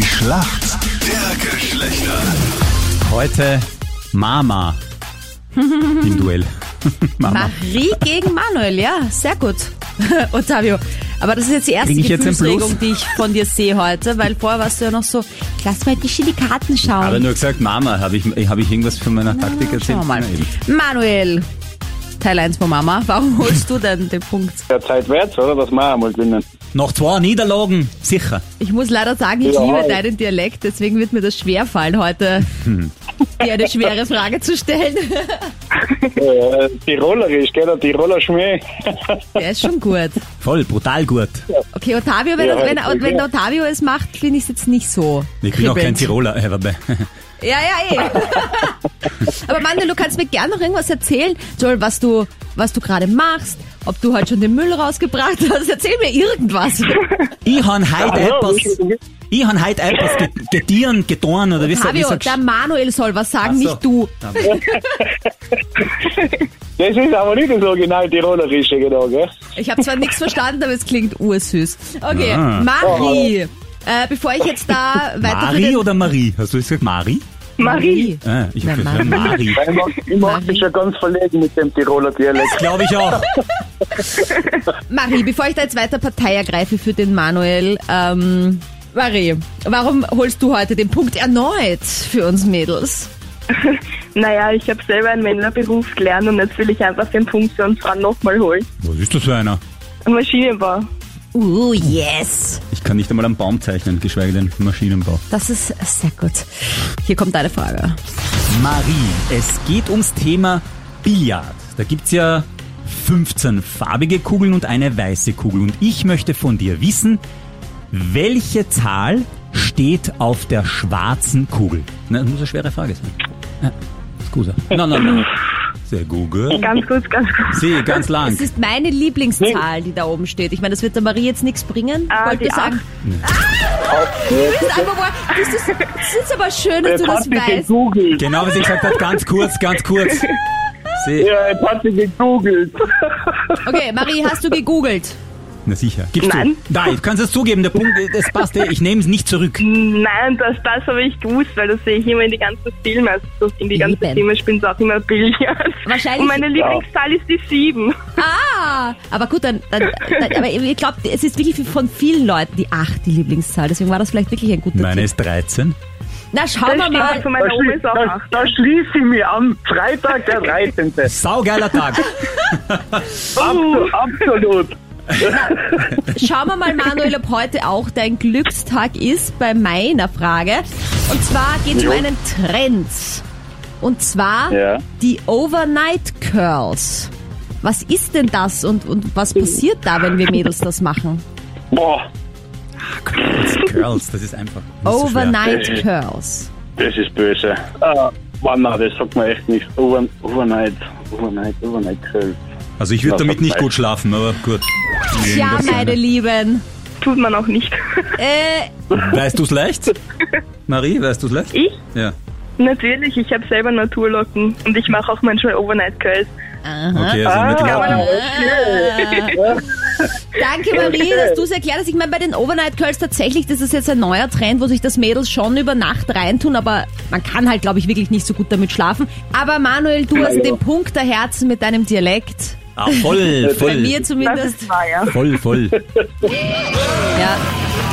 Schlacht der Geschlechter. Heute Mama im Duell. Mama. Marie gegen Manuel, ja, sehr gut. Ottavio, aber das ist jetzt die erste Krieg ich jetzt einen Plus? Gefühlsregung, die ich von dir sehe heute, weil vorher warst du ja noch so, lass mal ein bisschen die Habe Karten schauen. nur gesagt, Mama, habe ich, habe ich irgendwas von meiner Taktik erzählt? Schauen wir mal. Na eben. Manuel, Teil 1 von Mama, warum holst du denn den Punkt? Der Zeit wärts, oder? Dass wir auch einmal gewinnen. Noch zwei Niederlagen, sicher. Ich muss leider sagen, ich Ja. liebe deinen Dialekt, deswegen wird mir das schwerfallen, heute Hm. dir eine schwere Frage zu stellen. Äh, Tirolerisch, gell? Der Tiroler Schmäh. Der ist schon gut. Voll, brutal gut. Okay, Ottavio, wenn, Ja, wenn, danke. wenn der Ottavio es macht, finde ich es jetzt nicht so. Ich bin auch kein kribbelnd. Tiroler. Äh, wobei. Ja, ja, eh. Aber Manuel, du kannst mir gern noch irgendwas erzählen, Joel, was du, was du gerade machst, ob du heute schon den Müll rausgebracht hast. Erzähl mir irgendwas. Ich han heute Ja, ich- etwas, ich han heute etwas get- getieren, getan, oder wie sagt Fabio, der man? Manuel soll was sagen, Ach so. nicht du. Das ist aber nicht das Original Tirolerische, genau, gell? Ich habe zwar nichts verstanden, aber es klingt ursüß. Okay, Ah. Marie. Äh, bevor ich jetzt da weiter... Mari oder Marie? Hast du jetzt gesagt Mari? Marie. Ah, ich Na, habe gesagt Mari. Mari. Ich mach, ich mach mich schon ganz verlegen mit dem Tiroler Dialekt. Glaube ich auch. Marie, bevor ich da jetzt weiter Partei ergreife für den Manuel, ähm, Marie, warum holst du heute den Punkt erneut für uns Mädels? Naja, ich habe selber einen Männerberuf gelernt und jetzt will ich einfach den Punkt für uns Frauen nochmal holen. Was ist das für einer? Maschinenbau. Oh, yes. Ich kann nicht einmal einen Baum zeichnen, geschweige denn Maschinenbau. Das ist sehr gut. Hier kommt deine Frage. Marie, es geht ums Thema Billard. Da gibt's ja 15 farbige Kugeln und eine weiße Kugel. Und ich möchte von dir wissen, welche Zahl steht auf der schwarzen Kugel? Na, das muss eine schwere Frage sein. Ja, Scusa. Nein, nein, nein. Sehr Google. Ganz gut, ganz gut. Sie, ganz lang. Es ist meine Lieblingszahl, die da oben steht. Ich meine, das wird der Marie jetzt nichts bringen. Ich Ah, wollte die dir sagen, das Jetzt, ist einfach mal, das ist, das ist aber schön, dass jetzt du das hat sie weißt. gegoogelt. Genau, was ich gesagt habe, ganz kurz, ganz kurz. Sie. Ja, jetzt hat sie gegoogelt. Okay, Marie, hast du gegoogelt? Na sicher. Gibst Nein. du? Nein, du kannst es zugeben, der Punkt, es passt, eh, ich nehme es nicht zurück. Hm. Nein, das, das habe ich gewusst, weil das sehe ich immer in die ganzen Filme. Also das- in die ganzen Lieben. Filme spielen sie auch immer Billard. Wahrscheinlich- Und meine Lieblingszahl ist die 7. Ah, aber gut, dann, dann, dann aber ich glaube, es ist wirklich von vielen Leuten die 8 die Lieblingszahl. Deswegen war das vielleicht wirklich ein guter Meine Tipp. ist 13. Na, schauen wir mal. Von Da, meiner Oma schli ist auch da, 8. da schließe ich mich an. Freitag, der 13. Saugeiler Tag. Abso absolut. Schauen wir mal, Manuel, ob heute auch dein Glückstag ist bei meiner Frage. Und zwar geht es um Jo. einen Trend. Und zwar Ja. die Overnight Curls. Was ist denn das und, und was passiert da, wenn wir Mädels das machen? Boah, Girls, Girls, das ist einfach. nicht so schwer. Overnight Curls. das ist böse. Ah, Mann, nein, das sagt man echt nicht. Over overnight, overnight, overnight. Curls. Also ich würde Ja, damit nicht vorbei. gut schlafen, aber gut. Tja, Irgendwas meine eine. Lieben. Tut man auch nicht. Äh, Weißt du's leicht? Marie, weißt du's leicht? Ich? Ja. Natürlich, ich habe selber Naturlocken und ich mache auch manchmal Overnight Curls. Okay, also mit Locken. Danke, Marie, dass du es erklärt hast. Ich meine, bei den Overnight Curls tatsächlich, das ist jetzt ein neuer Trend, wo sich das Mädels schon über Nacht reintun, aber man kann halt, glaube ich, wirklich nicht so gut damit schlafen. Aber Manuel, du hast ja. den Punkt der Herzen mit deinem Dialekt. Ah, voll, Bei voll. mir zumindest. Das war ja. Voll, voll. Ja.